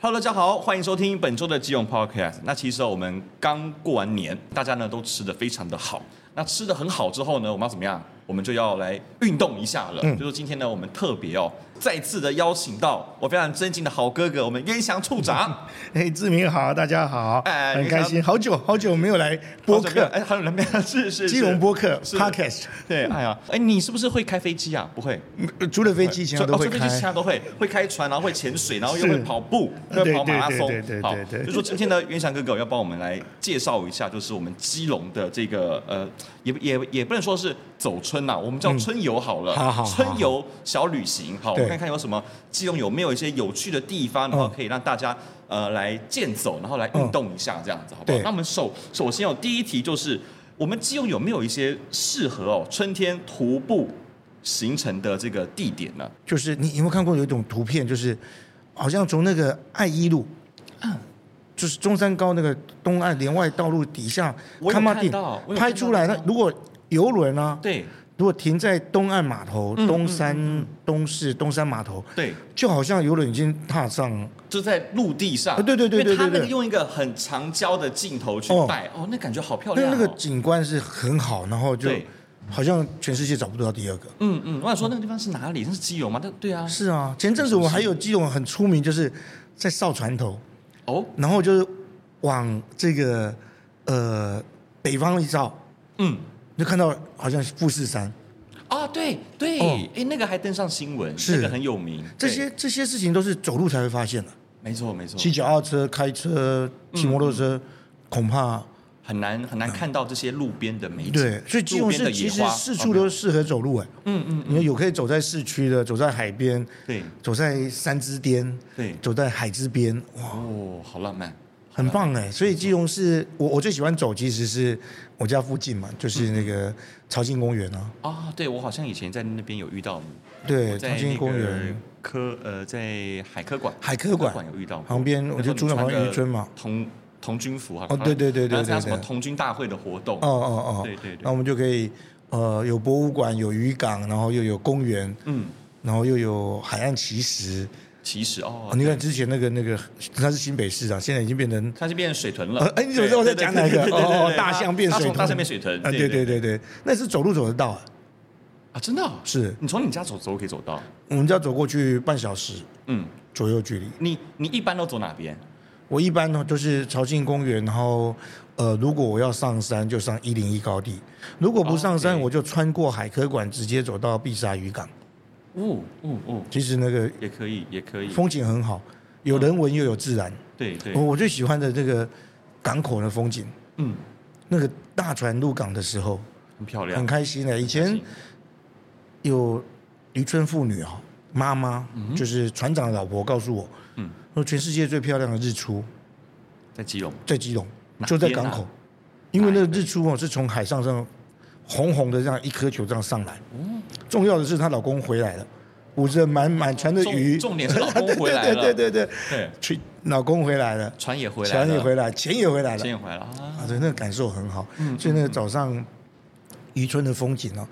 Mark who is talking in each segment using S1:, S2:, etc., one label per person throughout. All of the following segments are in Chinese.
S1: 大家好，欢迎收听本周的基隆 Podcast。那其实哦我们刚过完年，大家呢都吃的非常的好。那吃的很好之后呢，我们要怎么样？我们就要来运动一下了。
S2: 嗯
S1: 就是今天呢，我们特别哦，再次的邀请到我非常尊敬的好哥哥，我们渊翔处长。
S2: 嘿，志明好，大家好，
S1: 哎
S2: 很开
S1: 你
S2: 心，好久好久没有来播
S1: 好久没有
S2: 客，
S1: 哎，还有人没有？是是
S2: 基隆播客
S1: 是
S2: podcast，
S1: 对，哎呀，哎，你是不是会开飞机啊？不会，
S2: 嗯除了飞机，其他
S1: 就
S2: 都
S1: 哦
S2: 会
S1: 这边就是其
S2: 开
S1: 他。都会，会开船，然后会潜水，然后又
S2: 是
S1: 会跑步，又会
S2: 对
S1: 跑马拉松。
S2: 对对对
S1: 好
S2: 对对对
S1: 就说今天呢，云翔哥哥要帮我们来介绍一下，就是我们基隆的这个呃，也也也不能说是走春呐、我们叫春游好了，
S2: 嗯好好好
S1: 春游小旅行。好，我
S2: 对
S1: 看看有什么基隆有没有一些有趣的地方，然后
S2: 嗯
S1: 可以让大家。呃，来健走，然后来运动一下，这样子，好不好
S2: 对？
S1: 那我们首首先有哦第一题就是，我们基隆有没有一些适合哦春天徒步行程的这个地点呢？
S2: 就是你有没有看过有一种图片，就是好像从那个爱一路，
S1: 嗯
S2: 就是中山高那个东岸连外道路底下，
S1: 我有
S2: 康马
S1: 看
S2: 地
S1: 到我有
S2: 拍
S1: 看
S2: 出
S1: 到
S2: 来。
S1: 那
S2: 那
S1: 个
S2: 如果游轮啊，
S1: 对
S2: 如果停在东岸码头、
S1: 嗯
S2: 东山、东市、东山码头，
S1: 对，
S2: 就好像游轮已经踏上了。
S1: 就在陆地上。
S2: 啊对对对
S1: 因为
S2: 对
S1: 他
S2: 对
S1: 那个
S2: 对
S1: 用一个很长焦的镜头去
S2: 哦
S1: 摆，哦，那感觉好漂亮
S2: 那
S1: 哦。
S2: 那个景观是很好，然后就
S1: 对
S2: 好像全世界找不到第二个。
S1: 嗯嗯，我想说那个地方是哪里？那是基隆吗？那对啊，
S2: 是啊，前阵子我还有基隆很出名，就是在哨船头，
S1: 哦，
S2: 然后就是往这个呃北方一照，
S1: 嗯
S2: 就看到好像是富士山。
S1: 啊，对对，
S2: 哦
S1: 哎，那个还登上新闻，
S2: 是
S1: 那个很有名。
S2: 这
S1: 对哦
S2: 些这些事情都是走路才会发现的，
S1: 没错没错，
S2: 骑脚踏车、开车、骑摩托
S1: 嗯
S2: 车，恐怕
S1: 很难很难看到这些路边的美景。
S2: 对。所以基
S1: 路
S2: 隆
S1: 边的
S2: 市
S1: 野
S2: 其实
S1: 花哦
S2: 四处都适合走路哎、
S1: 嗯嗯，
S2: 你有可以走在市区的，走在海边，
S1: 对
S2: 走在山之巅，
S1: 对，
S2: 走在海之边，哇，
S1: 哦，好浪漫，
S2: 很棒哎！所以基隆是我我最喜欢走，其实是我家附近嘛，就是那个朝庆公园啊，
S1: 啊！对我好像以前在那边有遇到你，
S2: 对，朝
S1: 在
S2: 庆
S1: 那
S2: 公
S1: 个
S2: 园
S1: 科呃，在海科馆，
S2: 海科馆
S1: 有遇到过
S2: 旁边，我
S1: 那时
S2: 就
S1: 候
S2: 住在
S1: 你
S2: 旁
S1: 穿
S2: 边渔
S1: 个
S2: 村嘛，
S1: 童童军服啊，
S2: 哦对对对对
S1: 然后参加什
S2: 对
S1: 么
S2: 对
S1: 童军大会的活动
S2: 哦，哦哦，
S1: 对对对
S2: 那我们就可以呃有博物馆，有渔港，然后又有公园，
S1: 嗯，
S2: 然后又有海岸奇石。
S1: 其实哦
S2: 哦，你看之前那个那个，它是新北市啊，现在已经变成
S1: 它就变成水豚了
S2: 呃，。哎，你怎么知道我在讲哪个
S1: 对？对对对对
S2: 哦，
S1: 对
S2: 大象变
S1: 它
S2: 水
S1: 从
S2: 豚，
S1: 大象变水豚，
S2: 啊，对
S1: 对
S2: 对对对，那是走路走得到啊，
S1: 啊，真的哦，
S2: 是
S1: 你从你家走走可以走到，
S2: 我们就要走过去半小时
S1: 嗯，
S2: 左右距离。
S1: 你你一般都走哪边？
S2: 我一般呢都是朝庆公园，然后呃，如果我要上山就上一零一高地，如果不上山，
S1: 哦，OK
S2: 我就穿过海科馆，直接走到碧沙渔港。
S1: 哦哦哦，
S2: 其实那个
S1: 也可以，也可以，
S2: 风哦景很好，有人文又有自然。
S1: 对对
S2: 我，我最喜欢的这个港口的风景，
S1: 嗯，
S2: 那个大船入港的时候
S1: 很漂亮
S2: 很。开心的、以前有渔村妇女啊，妈妈、就是船长的老婆告诉我，
S1: 嗯
S2: 说全世界最漂亮的日出
S1: 在基隆，
S2: 在基隆，
S1: 哪
S2: 就在
S1: 边啊
S2: 港口，因为那个日出哦是从海上这样红红的这样一颗球这样上来。
S1: 哦
S2: 重要的是她老公回来了，捂着满满船的
S1: 重
S2: 鱼，
S1: 重点是老公 回来了
S2: 对对对对
S1: 对
S2: 对，去老公回来了，
S1: 船也回来了，
S2: 钱也回来，钱也回来了
S1: 钱，也回来了嗯啊。
S2: 啊，对，那个感受很好。所以那个早上渔村的风景哦，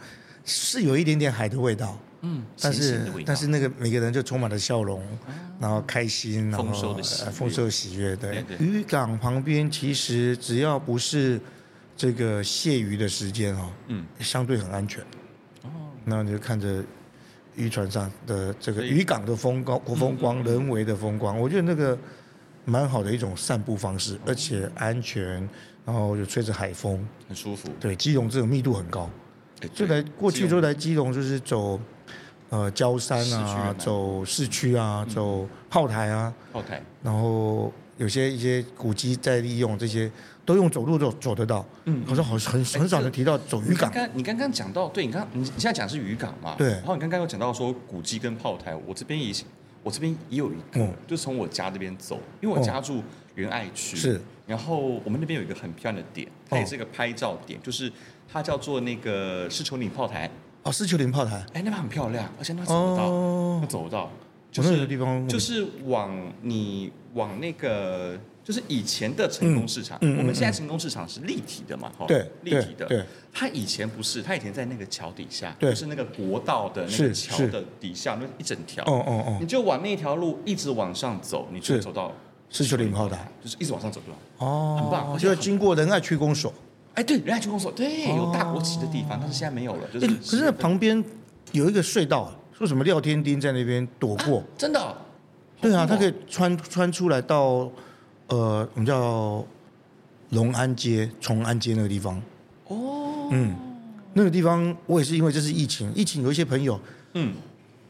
S2: 是有一点点海的味道。
S1: 嗯，
S2: 但
S1: 咸咸
S2: 是
S1: 的味道哦
S2: 但是那个每个人就充满了笑容，然后开心，然后
S1: 丰收的喜悦
S2: 呃丰收的喜悦。对
S1: 对，对
S2: 渔港旁边其实只要不是这个卸鱼的时间哦，
S1: 嗯，
S2: 相对很安全。哦，那你就看着渔船上的这个
S1: 所以嗯
S2: 渔港的风光、风光、人为的风光，我觉得那个蛮好的一种散步方
S1: 哦
S2: 式，而且安全，然后又吹着海风。
S1: 很舒服。
S2: 对，基隆这种密度很高。
S1: 哎
S2: 就
S1: 对
S2: 来过去
S1: 基隆
S2: 就来基隆，就是走呃礁山
S1: 市区嗯也
S2: 啊
S1: 蛮，
S2: 走市区啊，走炮台啊，
S1: 后台，
S2: 然后有些一些古迹在利用这些，都用走路走走得到。嗯，好像好很很少
S1: 哎这
S2: 人提到走渔
S1: 你刚
S2: 港。
S1: 刚你刚刚讲到，对你刚你你现在讲是渔港嘛？
S2: 对
S1: 然后你刚刚有讲到说古迹跟炮台，我这边也我这边也有一个，
S2: 嗯
S1: 就是从我家这边走，因为我
S2: 哦
S1: 家住仁爱区。
S2: 是。
S1: 然后我们那边有一个很漂亮的点，它也是一个拍照点，就是它叫做那个狮球岭炮台。
S2: 哦，四九零炮台。
S1: 哎，那边很漂亮，而且那边走得到，
S2: 哦
S1: 那，走得到，就
S2: 我那
S1: 是
S2: 个地方
S1: 就是往你往那个，就是以前的成功市场，
S2: 嗯嗯嗯
S1: 我们现在成功市场是立体的嘛，哈，
S2: 对
S1: 立
S2: 对
S1: 体的，
S2: 对，
S1: 它以前不是，它以前在那个桥底下，
S2: 对
S1: 就是那个国道的那个
S2: 是
S1: 桥
S2: 是
S1: 的底下，那一整条，
S2: 哦哦
S1: 你
S2: 哦，
S1: 就往那条路一直往上走，你就会
S2: 是
S1: 走到
S2: 是九零炮台
S1: 就是一直往上走就好。
S2: 哦，
S1: 很棒而且
S2: 就要
S1: 很
S2: 经过仁爱区公所。
S1: 哎，对，人家去跟我说，对，有大国旗的地方，但是现在没有了，就
S2: 哦哎
S1: 是。
S2: 可是那旁边有一个隧道，说什么廖天丁在那边躲过。
S1: 真的哦，
S2: 对
S1: 好
S2: 啊，
S1: 酷
S2: 他
S1: 哦
S2: 可以穿穿出来到呃，我们叫隆安街、崇安街那个地方。
S1: 哦，
S2: 嗯，那个地方我也是因为这是疫情，疫情有一些朋友
S1: 嗯，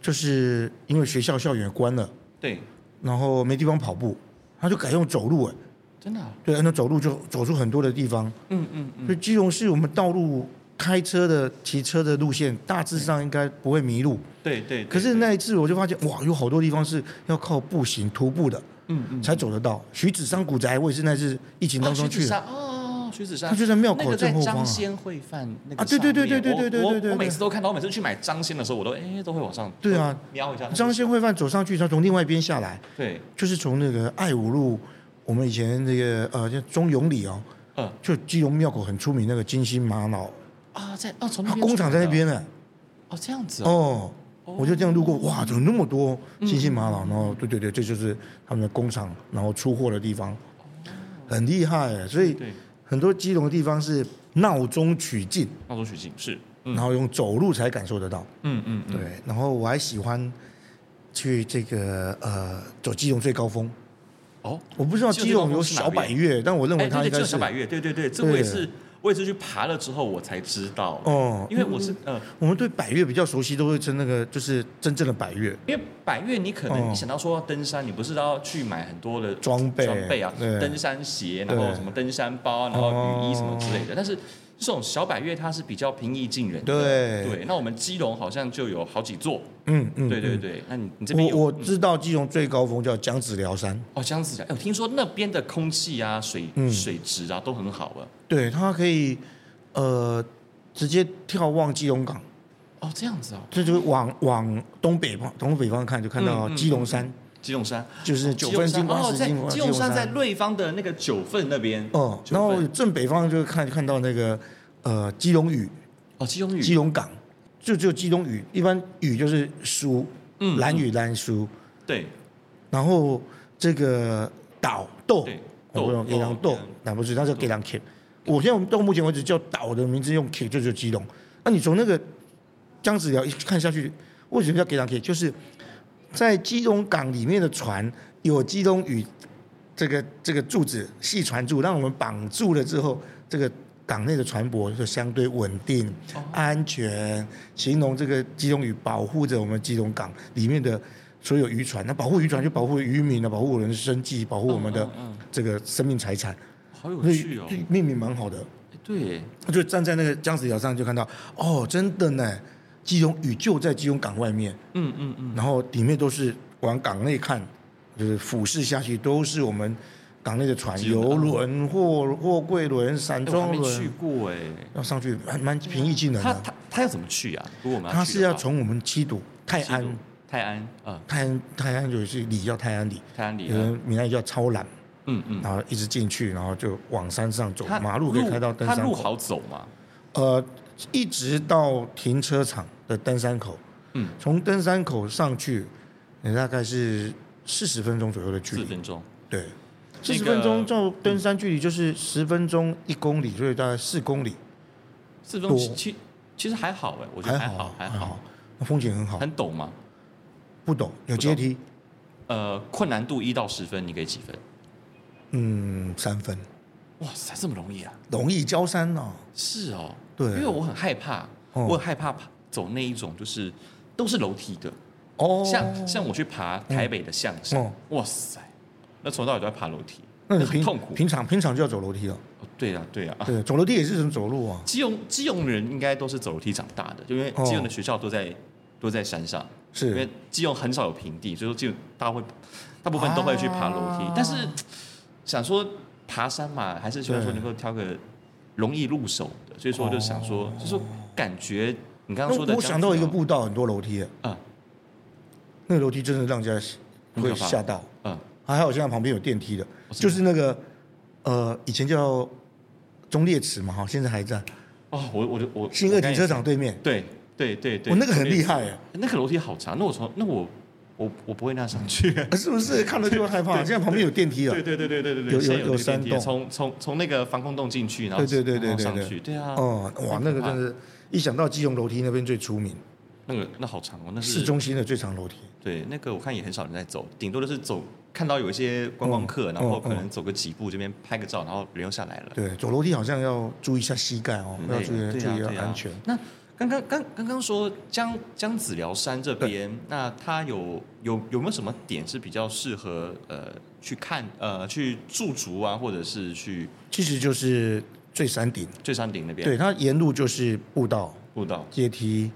S2: 就是因为学校校园关了，
S1: 对，
S2: 然后没地方跑步，他就改用走路。哎，
S1: 真的啊，
S2: 对，那走路就走出很多的地方。
S1: 嗯嗯嗯，
S2: 所以基隆市我们道路开车的、骑车的路线大致上应该不会迷路。
S1: 对对。对
S2: 可是，
S1: 对嗯
S2: 那一次我就发现，哇，有好多地方是要靠步行、徒步的。
S1: 嗯嗯，
S2: 才走得到。徐子珊古宅，我也是那次疫情当中去的。
S1: 啊，哦徐子珊，
S2: 他就在庙口正后方啊
S1: 那个在张先会饭那个
S2: 啊对对对
S1: 上面
S2: 对对对
S1: 我
S2: 对对对
S1: 我我每次都看到，我每次去买张先的时候，我都哎都会往上
S2: 对啊
S1: 瞄一下
S2: 张先会饭走上去，他从另外一边下来，
S1: 对，
S2: 就是从那个爱五路，我们以前那个呃，叫中永里哦，
S1: 嗯
S2: 就基隆庙口很出名那个金星玛瑙，
S1: 啊在啊从那
S2: 他
S1: 边
S2: 工厂
S1: 出来的
S2: 在哦那边呢。
S1: 哦这样子哦
S2: 哦，我就这样路过，哇，怎么那么多金星玛瑙？然后对对对，这就是他们的工厂，然后出货的地方，很厉害。所以
S1: 对，
S2: 很多基隆的地方是闹中取静，
S1: 澳洲取景是嗯
S2: 然后用走路才感受得到。
S1: 嗯嗯嗯
S2: 对，然后我还喜欢去这个呃走基隆最高峰。
S1: 哦，
S2: 我不知道基隆有小百岳，但我认为
S1: 哎
S2: 它
S1: 对
S2: 应
S1: 对，
S2: 该
S1: 就是小百岳，对对对，这我也
S2: 对
S1: 是我也是去爬了之后我才知道，
S2: 哦，
S1: 因为我是呃
S2: 我们对百岳比较熟悉，都会称那个就是真正的百岳。
S1: 因为百越，你可能
S2: 哦
S1: 你想到说登山，你不是都要去买很多的
S2: 装备
S1: 装备啊，
S2: 对
S1: 登山鞋，然后
S2: 对哦
S1: 什么登山包，然后雨衣什么之类的。但是这种小百越它是比较平易近人的，
S2: 对
S1: 对。那我们基隆好像就有好几座，
S2: 嗯嗯，
S1: 对对
S2: 嗯。
S1: 对。那你你这边
S2: 我
S1: 有
S2: 我
S1: 嗯
S2: 知道基隆最高峰叫江子寮山，
S1: 哦这样子讲，哎我听说那边的空气啊、水
S2: 嗯
S1: 水质啊都很好啊。
S2: 对，它可以呃直接眺望基隆港，
S1: 哦，这样子哦，
S2: 这就是往往东北方东北方看就看到
S1: 嗯嗯
S2: 基隆山，
S1: 基隆山，
S2: 就是九份
S1: 基
S2: 金
S1: 隆山
S2: 瓜
S1: 哦，
S2: 石
S1: 在
S2: 金瓜
S1: 基隆山在瑞芳的那个九份那边
S2: 哦，
S1: 九
S2: 然后
S1: 份
S2: 正北方就看看到那个呃基隆屿、
S1: 哦，基隆屿，
S2: 基隆港，就只有基隆屿，一般屿就是苏，
S1: 嗯
S2: 蓝屿蓝苏，
S1: 对
S2: 然后这个岛豆
S1: 对，
S2: 我不
S1: 豆
S2: 用给狼
S1: 豆嗯
S2: 豆，那不是，那叫给狼 K。我现在到目前为止叫岛的名字用 K 就是基隆，那你从那个江子寮一看下去，为什么叫给狼 K？就是在基隆港里面的船有基隆屿这个这个柱子系船柱，让我们绑住了之后，这个港内的船舶就相对稳定、
S1: 哦
S2: 安全，形容这个基隆屿保护着我们基隆港里面的所有渔船。那保护渔船就保护渔民了，啊保护我们的生计，保护我们的
S1: 嗯嗯嗯
S2: 这个生命财产。
S1: 好有
S2: 所
S1: 趣
S2: 以
S1: 哦
S2: 就，命名蛮好的。
S1: 哎对。
S2: 就站在那个江子寮上就看到，哦，真的呢，基隆屿就在基隆港外面。
S1: 嗯嗯嗯，
S2: 然后里面都是往港内看，就是俯视下去都是我们港内的船，
S1: 基隆
S2: 游
S1: 港
S2: 轮、货货柜轮、散
S1: 哎我还
S2: 装
S1: 没去
S2: 轮，
S1: 过哎、
S2: 要上去蛮蛮平易近人
S1: 他
S2: 的。
S1: 他他要怎么去啊？如果我们
S2: 他
S1: 去
S2: 是
S1: 的
S2: 要
S1: 话
S2: 从我们七堵泰
S1: 西
S2: 安
S1: 鲁，泰安啊，
S2: 泰安泰安有些里叫泰安里，啊
S1: 泰安里啊
S2: 有人闽南语叫超缆，
S1: 嗯嗯，
S2: 然后一直进去，然后就往山上走，
S1: 他
S2: 马路可以开到登
S1: 他
S2: 山
S1: 路
S2: 口，
S1: 好走吗？
S2: 呃，一直到停车场的登山口，
S1: 嗯，
S2: 从登山口上去，也大概是四十分钟左右的距
S1: 四
S2: 离。
S1: 分钟。
S2: 对，四
S1: 那
S2: 十
S1: 个
S2: 分钟就登山距离就是十分钟一公里，所以大概四公里，
S1: 四分钟
S2: 多
S1: 其其其实还好哎、我觉
S2: 还
S1: 得还
S2: 好
S1: 还
S2: 好，那风景很好，
S1: 很陡吗？
S2: 不陡，有阶梯，
S1: 呃，困难度一到十分，你给几分？
S2: 嗯，三分，
S1: 哇塞，这么容易啊？
S2: 容易焦山哦，
S1: 是哦，
S2: 对
S1: 因为我很害怕，
S2: 哦
S1: 我很害怕走那一种就是都是楼梯的，
S2: 哦，
S1: 像像我去爬台北的象山，
S2: 哦
S1: 哇塞，那从头到尾都在爬楼梯，
S2: 那你
S1: 很
S2: 平
S1: 痛苦。
S2: 平常平常就要走楼梯了，
S1: 哦对啊，对啊，啊
S2: 对，走楼梯也是种走路啊，
S1: 基隆基隆人应该都是走楼梯长大的，就因为
S2: 哦
S1: 基隆的学校都在、都在山上，因为
S2: 是，
S1: 基隆很少有平地，所以说基隆大会大部分都会去爬楼梯。
S2: 啊
S1: 但是想说爬山嘛，还是希望说
S2: 对
S1: 能够挑个容易入手的，所以说我就想说，就说感觉你刚刚说的江
S2: 我哦哎我
S1: 子啊
S2: 想到一个
S1: 寮
S2: 步道，很多楼梯，
S1: 啊
S2: 那个楼梯真的让人家
S1: 很可
S2: 会
S1: 怕
S2: 吓到，
S1: 啊
S2: 还好现在旁边有电梯的，
S1: 真的
S2: 就是那个呃以前叫中烈池嘛哈，现在还在
S1: 哦，我我就我
S2: 新
S1: 我
S2: 二
S1: 刚
S2: 停
S1: 才
S2: 车场对面。
S1: 对对对对，
S2: 哦我那个很
S1: 所以
S2: 厉害耶，啊
S1: 那个楼梯好长，那我从那我。我我不会那样上去。
S2: 是不是看了就会害怕？现在旁边有电梯了
S1: 对，对对对对对对，
S2: 有有
S1: 现在
S2: 有
S1: 那个电
S2: 山
S1: 梯
S2: 洞
S1: 从从从那个防空洞进去，然后
S2: 对对对
S1: 然后
S2: 对对
S1: 上
S2: 对
S1: 去，对啊，
S2: 哦，哇，那个真的是一想到基隆楼梯那边最出名，
S1: 那个那好长哦，那是
S2: 市中心的最长楼梯。
S1: 对，那个我看也很少人在走，顶多就是走，看到有一些观光客，
S2: 嗯
S1: 然后
S2: 嗯
S1: 可能走个几步，这边拍个照，然后人又下来了。
S2: 对，走楼梯好像要注意一下膝盖哦，
S1: 很
S2: 要
S1: 累
S2: 注意
S1: 对
S2: 注
S1: 啊
S2: 意
S1: 对
S2: 要
S1: 啊
S2: 安全。
S1: 那刚刚刚刚刚说江江子寮山这边，那它有有有没有什么点是比较适合呃去看呃去驻足啊，或者是去
S2: 其实就是最山顶，
S1: 最山顶那边？
S2: 对，它沿路就是步道、
S1: 步道
S2: 阶梯，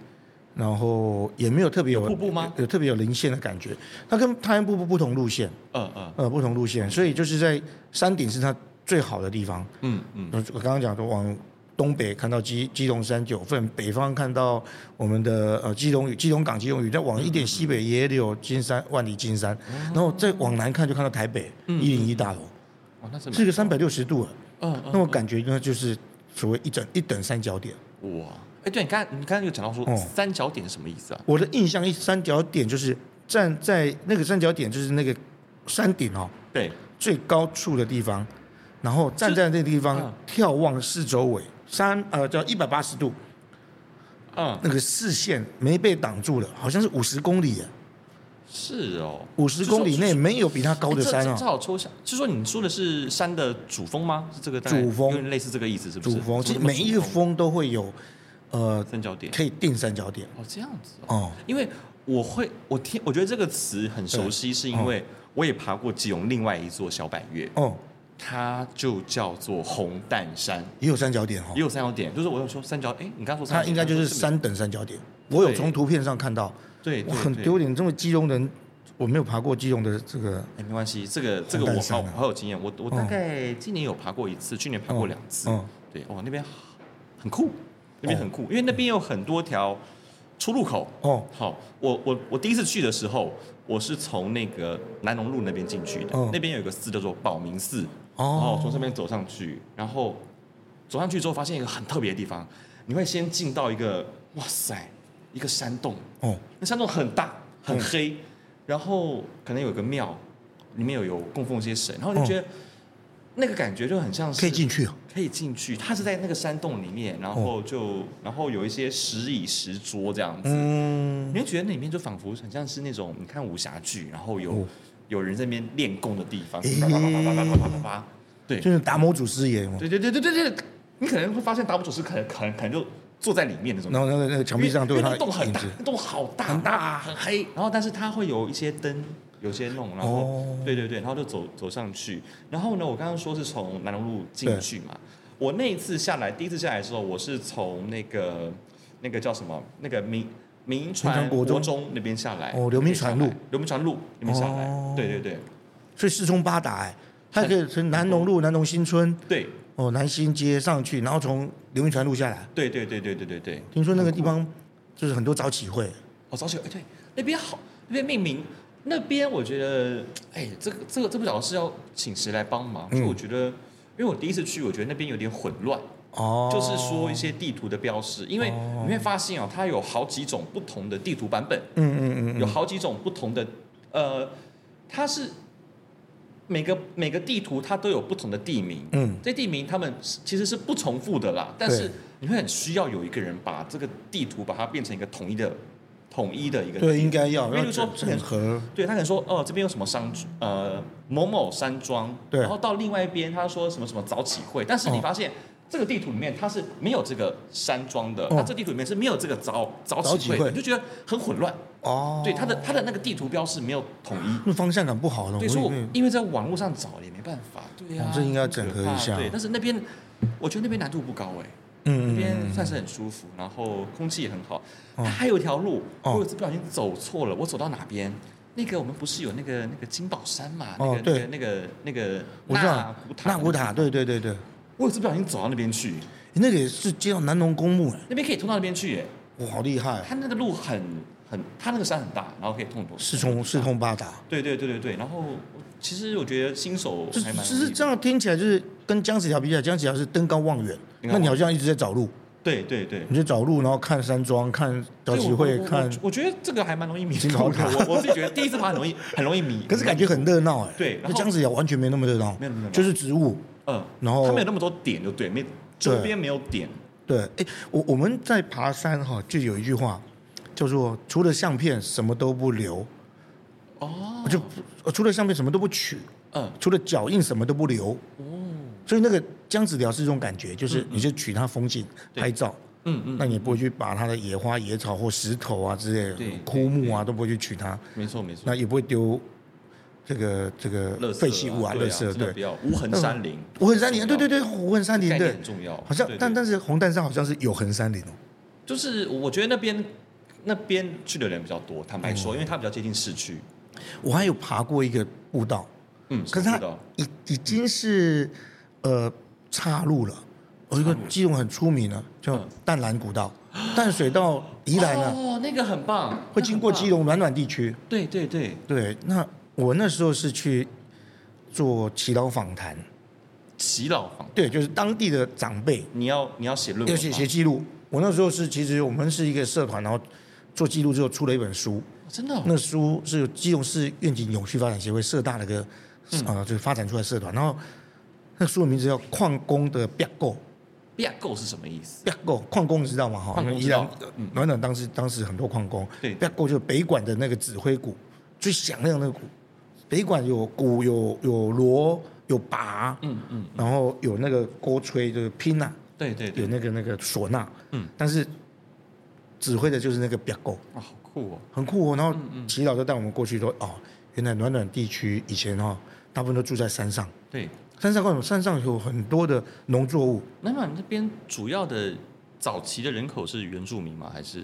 S2: 然后也没有特别有
S1: 有瀑布吗？
S2: 有特别有零线的感觉。它跟泰安瀑布不同路线，
S1: 嗯嗯
S2: 呃，不同路线，所以就是在山顶是它最好的地方。
S1: 嗯嗯，
S2: 我刚刚讲说往东北看到基基隆山九份，北方看到我们的呃基隆屿、基隆港、基隆屿，再往一点西北也有金山、万里金山，然后再往南看就看到台北
S1: 嗯
S2: 一零一大楼，
S1: 哦，那是
S2: 是
S1: 蛮
S2: 个三百六十度的，啊
S1: 嗯嗯
S2: 那我感觉呢就是所谓一整一等三角点。
S1: 哇，哎，对你刚你刚刚有讲到说
S2: 哦
S1: 三角点是什么意思啊？
S2: 我的印象一三角点就是站在那个三角点就是那个山顶哦
S1: 对，
S2: 最高处的地方，然后站在那个地
S1: 嗯
S2: 方眺望四周围三呃叫一百八十度。
S1: 嗯，
S2: 那个视线没被挡住了，好像是五十公里耶，
S1: 是哦，
S2: 五十公里内没有比它高的山
S1: 哎这这这
S2: 啊。
S1: 好抽象。是说你说的是山的主峰吗？是这个大概
S2: 主峰
S1: 有点类似这个意思，是不是？
S2: 主峰，
S1: 什
S2: 其
S1: 么
S2: 实每一个
S1: 主
S2: 峰都会有，呃，
S1: 三角点。
S2: 可以定三角点
S1: 哦，这样子哦。
S2: 哦。
S1: 因为我会，我听，我觉得这个词很
S2: 嗯
S1: 熟悉，是因为我也爬过基隆另外一座小百岳，
S2: 哦，
S1: 它就叫做红蛋山，
S2: 也有三角点哦
S1: 也，有三角点。就是我有说三角，哎，你刚刚说三角
S2: 它
S1: 点
S2: 应该就是，三等三角点。我有
S1: 对
S2: 从图片上看到，
S1: 对，
S2: 我
S1: 对
S2: 很
S1: 对
S2: 丢脸，这么基隆人，我没有爬过基隆的这个
S1: 哎，没关系，这个这个
S2: 红
S1: 我
S2: 蛋山
S1: 好
S2: 啊
S1: 好有经验，我我大概今年有爬过一次，去年爬过
S2: 嗯
S1: 两次
S2: 嗯。
S1: 对，哦，那边很酷，那边很酷，因为那边有很多条出入口。
S2: 哦
S1: 好，我我我第一次去的时候，我是从那个南农路那边进去的
S2: 嗯，
S1: 那边有一个寺叫做保明寺，然后从
S2: 哦
S1: 这边走上去，然后走上去之后发现一个很特别的地方，你会先进到一个哇塞，一个山洞，
S2: 哦
S1: 那山洞很大很黑，然后可能有个庙，里面有有供奉一些神，然后你就觉得、那个感觉就很像是
S2: 可以进去哦
S1: 可以进去，它是在那个山洞里面，然后就、然后有一些石椅石桌这样子，
S2: 嗯
S1: 你会觉得那里面就仿佛很像是那种你看武侠剧，然后有、
S2: 哦
S1: 有人在那边练功的地方，
S2: 诶
S1: 叭叭叭叭叭叭叭叭叭，对
S2: 就是达摩祖师爷嘛，
S1: 对对对对对对，你可能会发现达摩祖师可能可能可能就坐在里面那种
S2: 然后那个那个墙壁上都有
S1: 因为那
S2: 他
S1: 个
S2: 的
S1: 洞很
S2: 影
S1: 大
S2: 子，
S1: 那洞好大，很大很黑。然后但是它会有一些灯，有些弄，然后、
S2: 哦
S1: 对对对，然后就走走上去。然后呢，我刚刚说是从南龙路进去嘛，我那一次下来，第一次下来的时候，我是从那个那个叫什么那个明。明
S2: 明
S1: 传
S2: 传国中
S1: 那边下来，
S2: 哦刘铭传路，
S1: 刘铭传路那边下来，
S2: 哦
S1: 对对对
S2: 所以四通八达哎，它可以从南农路、南农新村。
S1: 对
S2: 哦，南新街上去，然后从流云船路下来。
S1: 对对对对对对对，
S2: 听说那个地方就是很多早起会，
S1: 哦，早起，哎，对，那边好，那边命名，那边我觉得，哎，这个这个这不晓得是要请谁来帮忙，就
S2: 嗯
S1: 我觉得，因为我第一次去，我觉得那边有点混乱，
S2: 哦，
S1: 就是说一，些地图的标识，因为你会发现哦，它有好几种不同的地图版本，
S2: 嗯嗯嗯，
S1: 有好几种不同的，呃，它是每个每个地图它都有不同的地名，
S2: 嗯，
S1: 这地名他们是其实是不重复的啦，但是
S2: 对
S1: 你会很需要有一个人把这个地图把它变成一个统一的、统一的一个地图。
S2: 对，应该要，
S1: 因为
S2: 要
S1: 就是说
S2: 整整合，
S1: 对他可能说哦，这边有什么山呃某某山庄，
S2: 对
S1: 然后到另外一边他说什么什么早起会，但是你
S2: 哦
S1: 发现。这个地图里面它是没有这个山庄的，
S2: 哦
S1: 它这地图里面是没有这个早早
S2: 早
S1: 起
S2: 起
S1: 会，
S2: 会
S1: 你就觉得很混乱。
S2: 哦，
S1: 对，它的它的那个地图标示没有统一，
S2: 那方向感不好了，
S1: 对，
S2: 我
S1: 所以我
S2: 以为
S1: 因为在网络上找也没办法，对啊
S2: 哦嗯哦，这应该
S1: 很可
S2: 整合一
S1: 怕
S2: 下哦
S1: 对，但是那边我觉得那边难度不高哎、
S2: 嗯
S1: 那
S2: 嗯
S1: 边
S2: 嗯
S1: 算是很舒服，然后空气也很好。它
S2: 哦
S1: 还有一条路，
S2: 哦
S1: 我有一次不小心走错了，我走到哪边？那个我们不是有那个那个金宝山嘛？那
S2: 哦
S1: 个那个
S2: 对
S1: 那个那个
S2: 我知
S1: 纳
S2: 道
S1: 古塔，
S2: 纳古塔，，对对对对，
S1: 我有一次不小心走到那边去，
S2: 那个也是接到南农公墓哎，
S1: 那边可以通到那边去哎，
S2: 哇，好厉害，啊
S1: 它那个路很很，它那个山很大，然后可以通很多。
S2: 四通四通八达，
S1: 对对对对对，然后其实我觉得新手
S2: 这
S1: 还蛮
S2: 只是
S1: 容易
S2: 这样听起来就是跟姜子牙比起来，姜子牙是登高望远，
S1: 登高望远
S2: 那你好像一直在找路，
S1: 对对对。
S2: 你就找路，然后看山庄，看
S1: 所
S2: 交
S1: 以
S2: 集
S1: 我
S2: 会，
S1: 我我
S2: 看，
S1: 我觉得这个还蛮容易迷
S2: 金
S1: 路
S2: 宝塔
S1: 的。我我自己觉得第一次爬很容易，很容易迷。
S2: 可是感觉很热闹哎。
S1: 对然
S2: 那
S1: 后
S2: 姜子牙完全没那么热闹，
S1: 没有那么热闹
S2: 就是植物。
S1: 嗯，
S2: 然后
S1: 它没有那么多点，就对，没周边没有点，
S2: 对，哎，我我们在爬山哈，就有一句话叫做“除了相片什么都不留”，
S1: 哦，
S2: 就呃除了相片什么都不取，
S1: 嗯，
S2: 除了脚印什么都不留。
S1: 哦
S2: 所以那个姜子寮是这种感觉，就是你就取它风景
S1: 嗯对
S2: 拍照，
S1: 嗯嗯，
S2: 那你不会去把它的野花、野草或石头啊之类
S1: 对
S2: 的枯木啊都不会去取它，
S1: 没错没错
S2: 那。也不会丢这个这个
S1: 垃圾
S2: 废弃物啊、
S1: 对
S2: 垃圾。
S1: 真的不
S2: 对，嗯
S1: 要无痕山林，
S2: 无痕山林，
S1: 很
S2: 对
S1: 重要
S2: 对对，无痕山林
S1: 概念
S2: 对
S1: 很，重要。
S2: 好像
S1: 对对
S2: 但
S1: 对
S2: 但是红蛋山好像是有痕山林哦，
S1: 就是我觉得那边那边去的人比较多，坦白
S2: 哦
S1: 说，因为它比较接近市区。
S2: 我还有爬过一个步道，
S1: 嗯，
S2: 可是
S1: 我
S2: 它
S1: 知道
S2: 已已经是呃岔路了。有一个基隆很出名的，叫
S1: 嗯
S2: 淡蓝古道，淡水到宜兰啊，
S1: 哦，那个很棒，
S2: 会经过基
S1: 隆。
S2: 隆暖暖地区。
S1: 对对对，
S2: 对，那我那时候是去做祈祷访谈，
S1: 祈老房，
S2: 对，就是当地的长辈
S1: 你要你要写论文
S2: 要
S1: 吗，
S2: 写写记录。我那时候是其实我们是一个社团，然后做记录之后出了一本书，
S1: 真的哦
S2: 那书是由基隆市愿景永续发展协会社大那个
S1: 嗯
S2: 啊、呃，就是发展出来社团，然后那书的名字叫《矿工的白垢》。
S1: 变够是什么意思？
S2: 白垢矿工你知道吗？哈，
S1: 矿工
S2: 依
S1: 知
S2: 然
S1: 道嗯
S2: 暖暖当时当时很多矿工，
S1: 对
S2: 白垢就是北管的那个指挥鼓，最响亮的鼓。北管有鼓，有有锣，有拔，
S1: 嗯嗯，
S2: 然后有那个锅吹，就是拼啊呐、
S1: 对对对
S2: 有，那个那个唢呐，
S1: 嗯，
S2: 但是指挥的就是那个白垢，
S1: 哇，好酷哦，
S2: 很酷哦。然后祈祷就带我们过去说，哦，原来暖暖地区以前哈、哦，大部分都住在山上，
S1: 对，
S2: 山上为什么？山上有很多的农作物，
S1: 那么那边主要的早期的人口是原住民吗？还是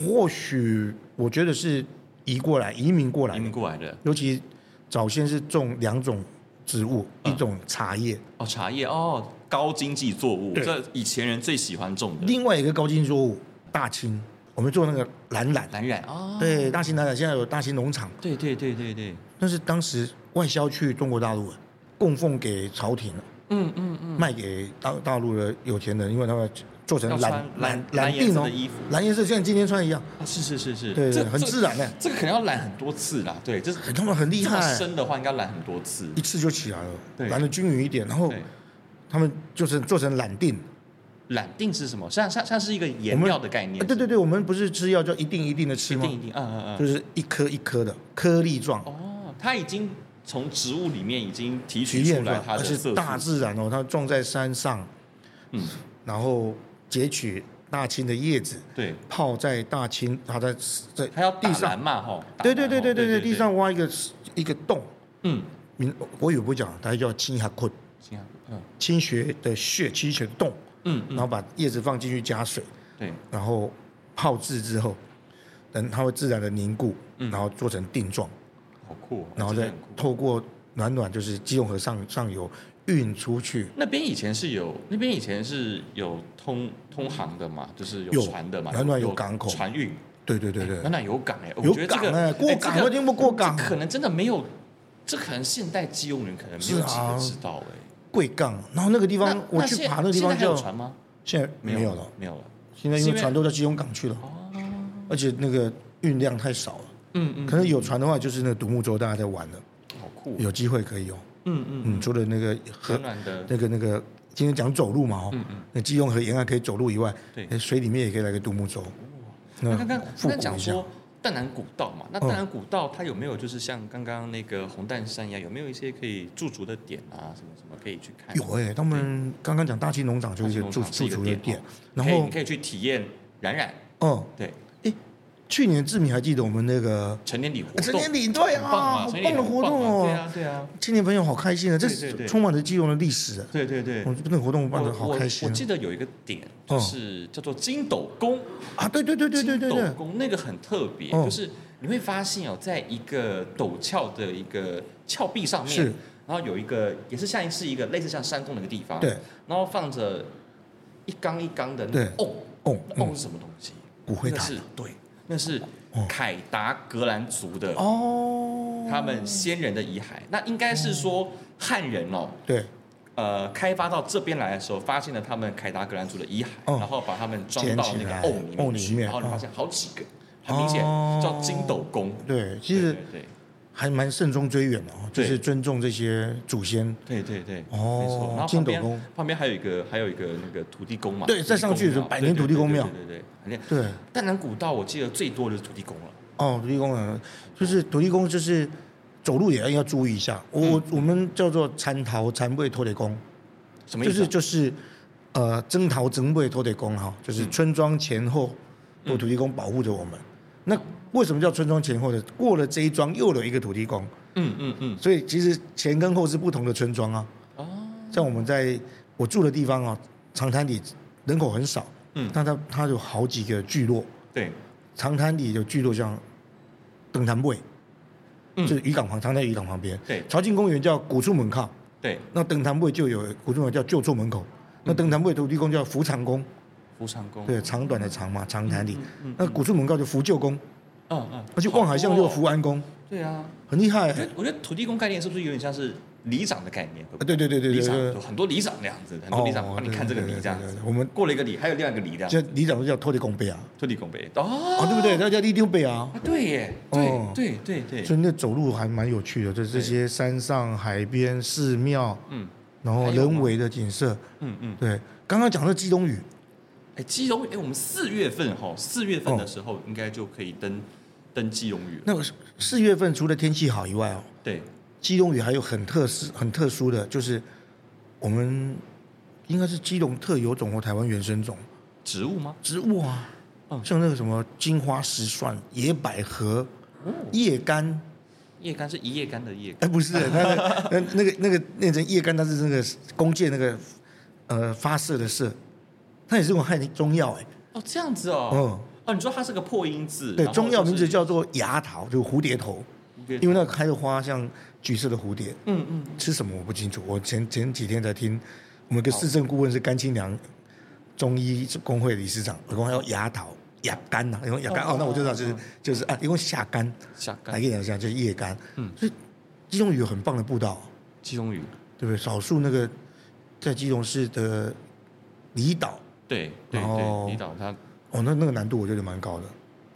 S2: 或许我觉得是移过来、移民过来
S1: 移
S2: 的，
S1: 民过来的？
S2: 尤其早先是种两种植物，一种茶叶，
S1: 哦，茶叶哦，高经济作物，
S2: 对
S1: 这以前人最喜欢种的。
S2: 另外一个高茎作物大青，我们做那个蓝染，
S1: 蓝染哦，
S2: 对，大兴蓝染现在有大兴农场，
S1: 对对对对对，
S2: 那是当时外销去中国大陆的，供奉给朝廷了，
S1: 嗯嗯嗯，
S2: 卖给大大陆的有钱人，因为他们做成
S1: 要穿
S2: 蓝
S1: 蓝蓝
S2: 蓝
S1: 颜
S2: 鬓
S1: 色
S2: 哦
S1: 的衣服，
S2: 蓝颜色像今天穿一样，
S1: 啊是是是是，
S2: 对对，
S1: 这
S2: 很
S1: 这
S2: 自然的，
S1: 这个可能要染很多次啦，对，就是
S2: 很他们很厉
S1: 这么
S2: 害，
S1: 深的话应该染很多次
S2: 一，次就起来了，
S1: 对
S2: 染的均匀一点，然后
S1: 对。
S2: 他们就是做成染锭。
S1: 染定是什么？像像像是一个颜料的概念
S2: 啊，，对对对，我们不是吃药叫一定一定的吃
S1: 一
S2: 吗
S1: 定？一定，嗯嗯
S2: 就
S1: 嗯。
S2: 是一颗一颗的颗粒状，
S1: 哦，它已经从植物里面已经提取
S2: 体
S1: 出
S2: 验
S1: 来
S2: 状，
S1: 它
S2: 而
S1: 的色
S2: 是
S1: 素，
S2: 大自然哦，它种在山上，
S1: 嗯，
S2: 然后截取大青的叶子，
S1: 对，
S2: 泡在大青，它在在
S1: 它要打
S2: 地上
S1: 蓝，嘛吼，打
S2: 对
S1: 蓝
S2: 对对
S1: 吼对
S2: 对对对，地，上挖一个一个洞，
S1: 嗯，
S2: 民我也不会讲，它叫青哈困，
S1: 行啊，嗯
S2: 青穴的穴，青穴的洞，
S1: 嗯
S2: 然后把叶子放进去加水，
S1: 对，
S2: 然后泡制之后，等它会自然的凝固，
S1: 嗯
S2: 然后做成定状。
S1: 好酷哦，
S2: 然后
S1: 真的
S2: 再
S1: 很酷
S2: 透过暖暖就是基隆河上上游运出去，
S1: 那边以前是有，那边以前是有通通航的嘛，就是
S2: 有
S1: 有船的嘛，
S2: 暖暖有港口
S1: 船运，
S2: 对对对
S1: 暖
S2: 对，
S1: 暖有港哎，我
S2: 有
S1: 觉得这
S2: 港
S1: 个
S2: 哎、过港、
S1: 这个
S2: 我听不过港，
S1: 这可能真的没有，这可能现代基隆人可能没有
S2: 是
S1: 几
S2: 啊
S1: 个知道哎。
S2: 贵港，然后那个地
S1: 地
S2: 方我去爬那个地方
S1: 还有
S2: 叫
S1: 船吗？
S2: 现在没有了，，
S1: 没有了。
S2: 现在
S1: 是
S2: 因
S1: 因
S2: 为
S1: 为哦
S2: 船都到基隆港去了，而且那个运量太少了，
S1: 嗯嗯，
S2: 可能有船的话就是那个独木舟大家在玩了，
S1: 好酷。
S2: 有机会可以有，
S1: 嗯嗯，
S2: 嗯，除了那个
S1: 很
S2: 河
S1: 暖的。
S2: 那个那个今天讲走路嘛哦，那基隆河沿岸可以走路以外，
S1: 嗯对
S2: 哎水里面也可以来个独木舟，
S1: 那刚刚
S2: 嗯
S1: 刚
S2: 复古
S1: 刚讲
S2: 一下嗯
S1: 说淡南古道嘛，那淡南古道它有没有就是像刚刚那个红淡山一样，有没有一些可以驻足的点啊，什么什么可以去看？
S2: 有哎、他们刚刚讲大庆农场就是一个驻
S1: 大庆农场是
S2: 驻
S1: 一个
S2: 足的
S1: 店
S2: 店
S1: 哦，
S2: 然
S1: 可以
S2: 后
S1: 你可以去体验冉冉
S2: 哦，
S1: 对
S2: 去年志敏还记得我们那个
S1: 成年礼活动，
S2: 成年礼对
S1: 很
S2: 啊，
S1: 棒啊，
S2: 好
S1: 成
S2: 棒
S1: 年礼
S2: 的活动
S1: 很棒
S2: 哦
S1: 啊，对啊
S2: 青年朋友好开心啊，这
S1: 对对
S2: 是
S1: 对
S2: 充满了基隆的历史啊，
S1: 对啊，对对对
S2: 我。们那个活动
S1: 我
S2: 办的好
S1: 我
S2: 开心
S1: 我
S2: 啊
S1: 记得有一个点，就是叫做金斗宫，
S2: 啊，对对对对对对
S1: 金斗
S2: 对，
S1: 宫那个很特别，
S2: 嗯
S1: 就是你会发现哦，在一个陡峭的一个峭壁上面，
S2: 是
S1: 然后有一个也是像是一个类似像山洞的一个地方，
S2: 对，
S1: 然后放着一缸一缸的那
S2: 对
S1: 个瓮，
S2: 哦，
S1: 那瓮
S2: 嗯，
S1: 是什么东西？
S2: 骨灰
S1: 那
S2: 坛
S1: 是对，那是
S2: 哦
S1: 凯达格兰族的
S2: 哦，
S1: 他们先人的遗骸，那应该是说汉人哦，
S2: 对
S1: 呃开发到这边来的时候，发现了他们凯达格兰族的遗骸，
S2: 哦
S1: 然后把他们装到那
S2: 捡起
S1: 个
S2: 来
S1: 瓮里
S2: 瓮
S1: 面
S2: 里
S1: 去，
S2: 面
S1: 然后你
S2: 哦
S1: 发现好几个，很明显、
S2: 哦
S1: 叫金斗宫。
S2: 对，其实
S1: 对
S2: 还蛮慎终追远的哦，就
S1: 对
S2: 是尊重这些祖先。
S1: 对对对对，
S2: 哦
S1: 没错。然后
S2: 金
S1: 旁
S2: 斗宫
S1: 边旁边还有一个还有一个那个土地公嘛，
S2: 对再上去的时
S1: 土
S2: 候
S1: 地公庙
S2: 百年土地公庙
S1: 对对对对对对对对。
S2: 对，
S1: 淡南古道我记得最多的是土地公了，
S2: 哦，土地公呢，就是土地公，就是走路也要要注意一下。我、我我们叫做蚕桃蚕背土地公，
S1: 什么意
S2: 就
S1: 思
S2: 是
S1: 啊？
S2: 就是呃，征桃征背土地公哈，就是村庄前后有土地公保护着我们。那为什么叫村庄前后呢？过了这一庄又有一个土地公，
S1: 嗯嗯嗯，
S2: 所以其实前跟后是不同的村庄啊。
S1: 哦，
S2: 像我们在我住的地方啊，长滩里人口很少，
S1: 嗯
S2: 但它它有好几个聚落，
S1: 对，
S2: 长滩里有聚落像登潭卫，
S1: 嗯
S2: 就是渔港旁，长滩渔港旁边。
S1: 对
S2: 朝庆公园叫古厝门靠，
S1: 对，
S2: 那登潭卫就有古厝门叫旧厝门口，那登潭卫土地公叫福长宫，
S1: 福长宫，
S2: 对，长短的长嘛，长潭里。
S1: 嗯
S2: 那古厝门靠就福旧宫，
S1: 嗯嗯，
S2: 而且望海巷就有福
S1: 好多哦
S2: 安宫，
S1: 对啊，
S2: 很厉害
S1: 我觉。得我觉得土地公概念是不是有点像是里长的概念？
S2: 啊对对对对
S1: 里
S2: 对
S1: 长
S2: 对
S1: 有。很多里长那样子，很多里长
S2: 哦
S1: 帮你看这个
S2: 对
S1: 里
S2: 对
S1: 这样
S2: 对对
S1: 子
S2: 对，对我们
S1: 过了一个里，还有另外一个里这
S2: 就
S1: 样，
S2: 里长都叫托地公碑啊，
S1: 土地公呗，哦，
S2: 啊对不对？那叫立丢碑啊。
S1: 啊对耶，
S2: 哦
S1: 对对对对，
S2: 所以那走路还蛮有趣的，就是这
S1: 对
S2: 些山上、海边、寺庙，
S1: 嗯
S2: 然后
S1: 还有吗
S2: 人为的景色。
S1: 嗯嗯，
S2: 对，刚刚讲的基隆屿，
S1: 哎，基隆，哎，我们四月份哈，四月
S2: 哦
S1: 份的时候应该就可以登登基隆屿了，
S2: 那个四月份除了天气好以外哦，
S1: 对，
S2: 基隆屿还有很特殊、很特殊的，就是我们应该是基隆特有种或台湾原生种
S1: 植物吗？
S2: 植物啊，
S1: 嗯
S2: 像那个什么金花石蒜、野百合、
S1: 哦，
S2: 夜干。
S1: 叶干是一叶干的叶干，
S2: 哎，不是，那个那那个那个那层叶干，它是那个弓箭那个呃发射的射，它也是种汉中药哎、
S1: 哦，这样子哦，
S2: 嗯，
S1: 哦，你说它是个破音字，
S2: 对，
S1: 然后
S2: 中药
S1: 就是
S2: 名字叫做蚜桃，就是蝴蝶头，因为那个开的花像橘色的蝴蝶，
S1: 嗯嗯，
S2: 吃什么我不清楚。我前前几天才听，我们一个市政顾问是甘清良中医工会理事长，我跟他说蚜桃。雅干呐、因为雅干哦
S1: 哦
S2: 那我就知道就是
S1: 哦
S2: 就是啊，一共下干，
S1: 下
S2: 来
S1: 干
S2: 跟你讲一下，就是叶干，
S1: 嗯
S2: 所以基隆屿有很棒的步道，
S1: 基隆屿，
S2: 对不对？少数那个在基隆市的离岛，
S1: 对对
S2: 然后
S1: 对，离岛它
S2: 哦，那那个难度我觉得蛮高的，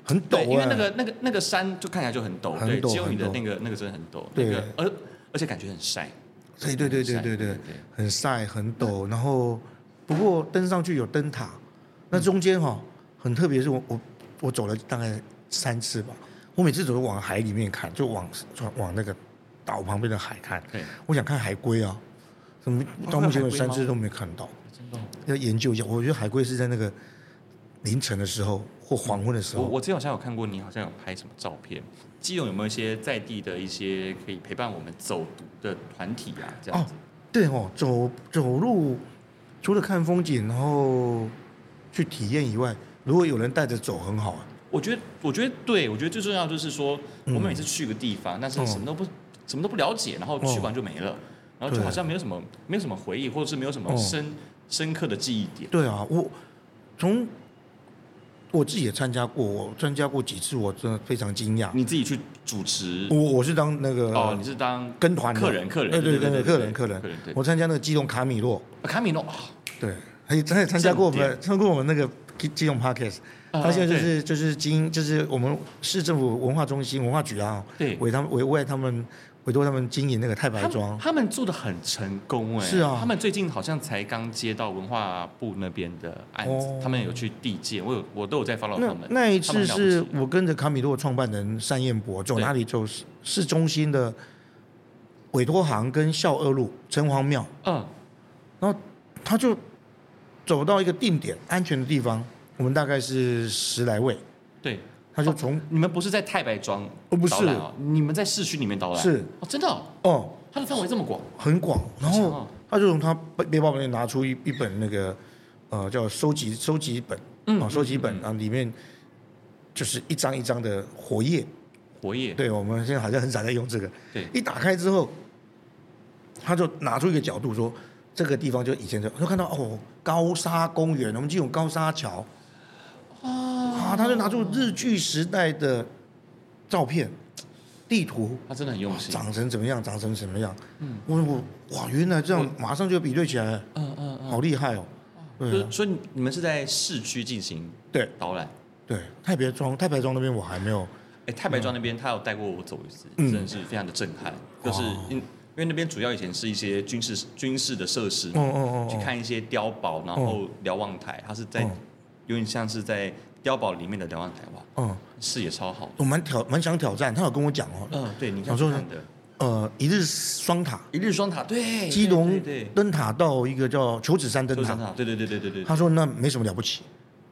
S2: 很陡、
S1: 对，
S2: 欸，
S1: 因为那个那个那个山就看起来就很陡，
S2: 很
S1: 对，
S2: 陡
S1: 只有你的
S2: 很陡
S1: 那个那个真的很陡，那
S2: 对
S1: 个而而且感觉很晒，
S2: 对对对对
S1: 很晒
S2: 对对
S1: 对，
S2: 很晒很
S1: 嗯
S2: 陡，然后不过登上去有灯塔，
S1: 嗯
S2: 那中间哈、很特别，是我我我走了大概三次吧，我每次走都往海里面看，就往往那个岛旁边的海看，
S1: 对，
S2: 我想看海龟啊，怎么
S1: 哦
S2: 到目前
S1: 会有
S2: 为
S1: 海
S2: 止
S1: 龟
S2: 三只
S1: 吗
S2: 都没看到。
S1: 真的哦。
S2: 要研究一下。我觉得海龟是在那个凌晨的时候或黄昏的时
S1: 嗯我
S2: 候，
S1: 我之前好像有看过你好像有拍什么照片，基隆有没有一些在地的一些可以陪伴我们走读的团体啊？这样子，
S2: 对哦，走走路除了看风景，然后去体验以外，如果有人带着走很好啊。
S1: 我觉得我觉得对，我觉得最重要就是说，我
S2: 嗯
S1: 们每次去一个地方，但是什么都不什么都不了解，然后去完就没
S2: 哦
S1: 了，然后就
S2: 对
S1: 好像没有什么没有什么回忆，或者是没有什
S2: 哦
S1: 么深深刻的记忆点。
S2: 对啊，我从我自己也参加过，我参加过几次，我真的非常惊讶。
S1: 你自己去主持
S2: 我我是当那个
S1: 哦，你是当
S2: 跟团的
S1: 客人，客人，
S2: 嗯对对
S1: 对对，
S2: 对，客人客
S1: 客
S2: 人
S1: 人，对。
S2: 我参加那个基隆卡米洛，
S1: 啊卡米诺，啊
S2: 对，他也他也参加过我
S1: 正
S2: 们，
S1: 点
S2: 参加过我们那个基基隆 podcast，
S1: 啊
S2: 他现在就是就是经就是我们市政府文化中心文化局啊，
S1: 对
S2: 委他们委外他们委托他们经营那个太白
S1: 他们
S2: 庄，
S1: 他们做的很成功哎，
S2: 是啊
S1: 他们最近好像才刚接到文化部那边的案
S2: 哦
S1: 子，他们有去地界，我有我都有在 follow 他
S2: 那
S1: 们。
S2: 那一
S1: 他
S2: 次
S1: 们了不
S2: 是
S1: 起
S2: 我跟着卡米洛创办人单彦博走
S1: 对
S2: 哪里走市市中心的委托行跟孝二路城隍庙，
S1: 嗯，
S2: 然后他就走到一个定点安全的地方，我们大概是十来位，
S1: 对，
S2: 他就从
S1: 你们不是在太白庄
S2: 哦不是
S1: 导览哦，你们在市区里面导览
S2: 是
S1: 哦，真的哦，
S2: 哦
S1: 它的范围这么广，
S2: 很广，然
S1: 好强
S2: 后
S1: 哦
S2: 他就从他背背包里面拿出一一本那个呃叫收集收集本，
S1: 嗯
S2: 啊收集本，
S1: 嗯嗯
S2: 然后里面就是一张一张的活页，
S1: 活页，
S2: 对我们现在好像很少在用这个，
S1: 对
S2: 一打开之后，他就拿出一个角度说这个地方就以前就就看到哦高沙公园，我们就有高沙桥，
S1: 啊，
S2: 啊，他就拿出日据时代的照片，地图
S1: 他真的很用心。
S2: 长成怎么样，长成什么样。
S1: 嗯
S2: 我我哇，原来这样马上就比对起来了，
S1: 嗯嗯嗯。
S2: 好厉害哦。对
S1: 所
S2: 啊
S1: 以所以你们是在市区进行
S2: 对
S1: 导览？
S2: 对，太白庄太白庄那边我还没有，
S1: 哎，太白庄那边他有带过我走一次，
S2: 嗯
S1: 真的是非常的震撼。就是
S2: 哦
S1: 因因为那边主要以前是一些军事军事的设施
S2: 哦，哦哦
S1: 去
S2: 哦，
S1: 看一些碉堡，然后瞭望台，它是在
S2: 哦
S1: 有点像是在碉堡里面的瞭望台哇，
S2: 嗯，
S1: 视野超好。
S2: 我蛮挑蛮想挑战，他有跟我讲哦，
S1: 嗯，对，你看
S2: 想说
S1: 看的
S2: 呃，一日双塔，
S1: 一日双塔，对，
S2: 基
S1: 对
S2: 隆
S1: 对对
S2: 灯塔到一个叫求子山灯
S1: 就三
S2: 塔，
S1: 塔，对对对对对对，
S2: 他说那没什么了不起，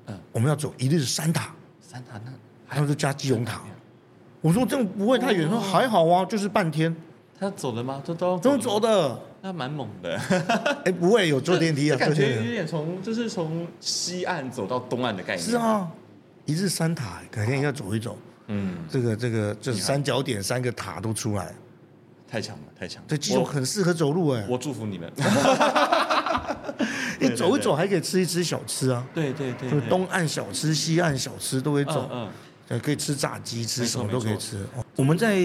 S1: 嗯
S2: 我们要走一日三塔，
S1: 三塔那
S2: 他说加基隆塔，我说这样不会太
S1: 哦
S2: 远，他说还好啊，就是半天，
S1: 他走了吗？都都
S2: 怎么走，的？
S1: 那蛮猛的，
S2: 哎，不会有坐电 梯啊，
S1: 这
S2: 坐
S1: 哦感觉
S2: 电
S1: 有
S2: 梯
S1: 点从就是从西岸走到东岸的概念。
S2: 是，啊，一日三塔，改天要走一走，
S1: 嗯，
S2: 这个这个这三角点三个塔都出来，
S1: 太强了，太强了。
S2: 这基隆
S1: 我
S2: 很适合走路哎，
S1: 我祝福你 们。
S2: 你
S1: 对对
S2: 走一
S1: 对
S2: 走还可以吃一吃小吃啊，
S1: 对对对
S2: 就
S1: 对，
S2: 是东岸小吃、西岸小吃都会走
S1: 嗯。嗯，
S2: 呃，可以吃炸鸡，吃
S1: 没
S2: 什
S1: 错
S2: 么都
S1: 没
S2: 可以
S1: 错嗯
S2: 吃。哦我们在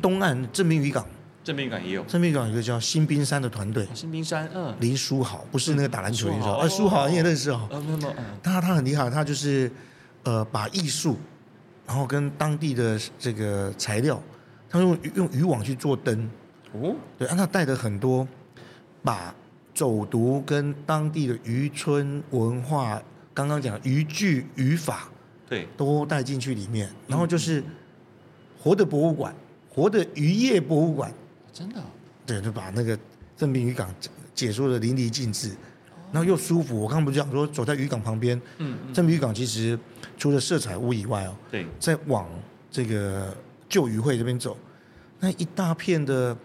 S2: 东岸正滨渔港，
S1: 正面感也有。
S2: 正滨渔港有一个叫新冰山的团队，
S1: 新冰山，嗯，
S2: 林书豪，不是那个打篮球的林书豪，
S1: 嗯
S2: 哎，
S1: 林
S2: 书
S1: 书豪
S2: 豪你也认识哦。
S1: 呃，没有没有，嗯，
S2: 他他很厉害，他就是呃把艺术，然后跟当地的这个材料，他用用渔网去做灯，
S1: 哦，
S2: 对，啊，他带的很多把走读跟当地的渔村文化，刚刚讲渔具、渔法，
S1: 对，
S2: 都带进去里面，
S1: 嗯
S2: 然后就是活的博物馆，活的渔业博物馆，
S1: 真的哦，
S2: 对，就把那个正滨渔港解说的淋漓尽致，然后又舒服。我刚刚不是讲说走在渔港旁边，
S1: 嗯哦嗯，
S2: 正滨渔港其实除了色彩屋以外哦，
S1: 对，
S2: 再往这个旧渔会这边走，那一大片的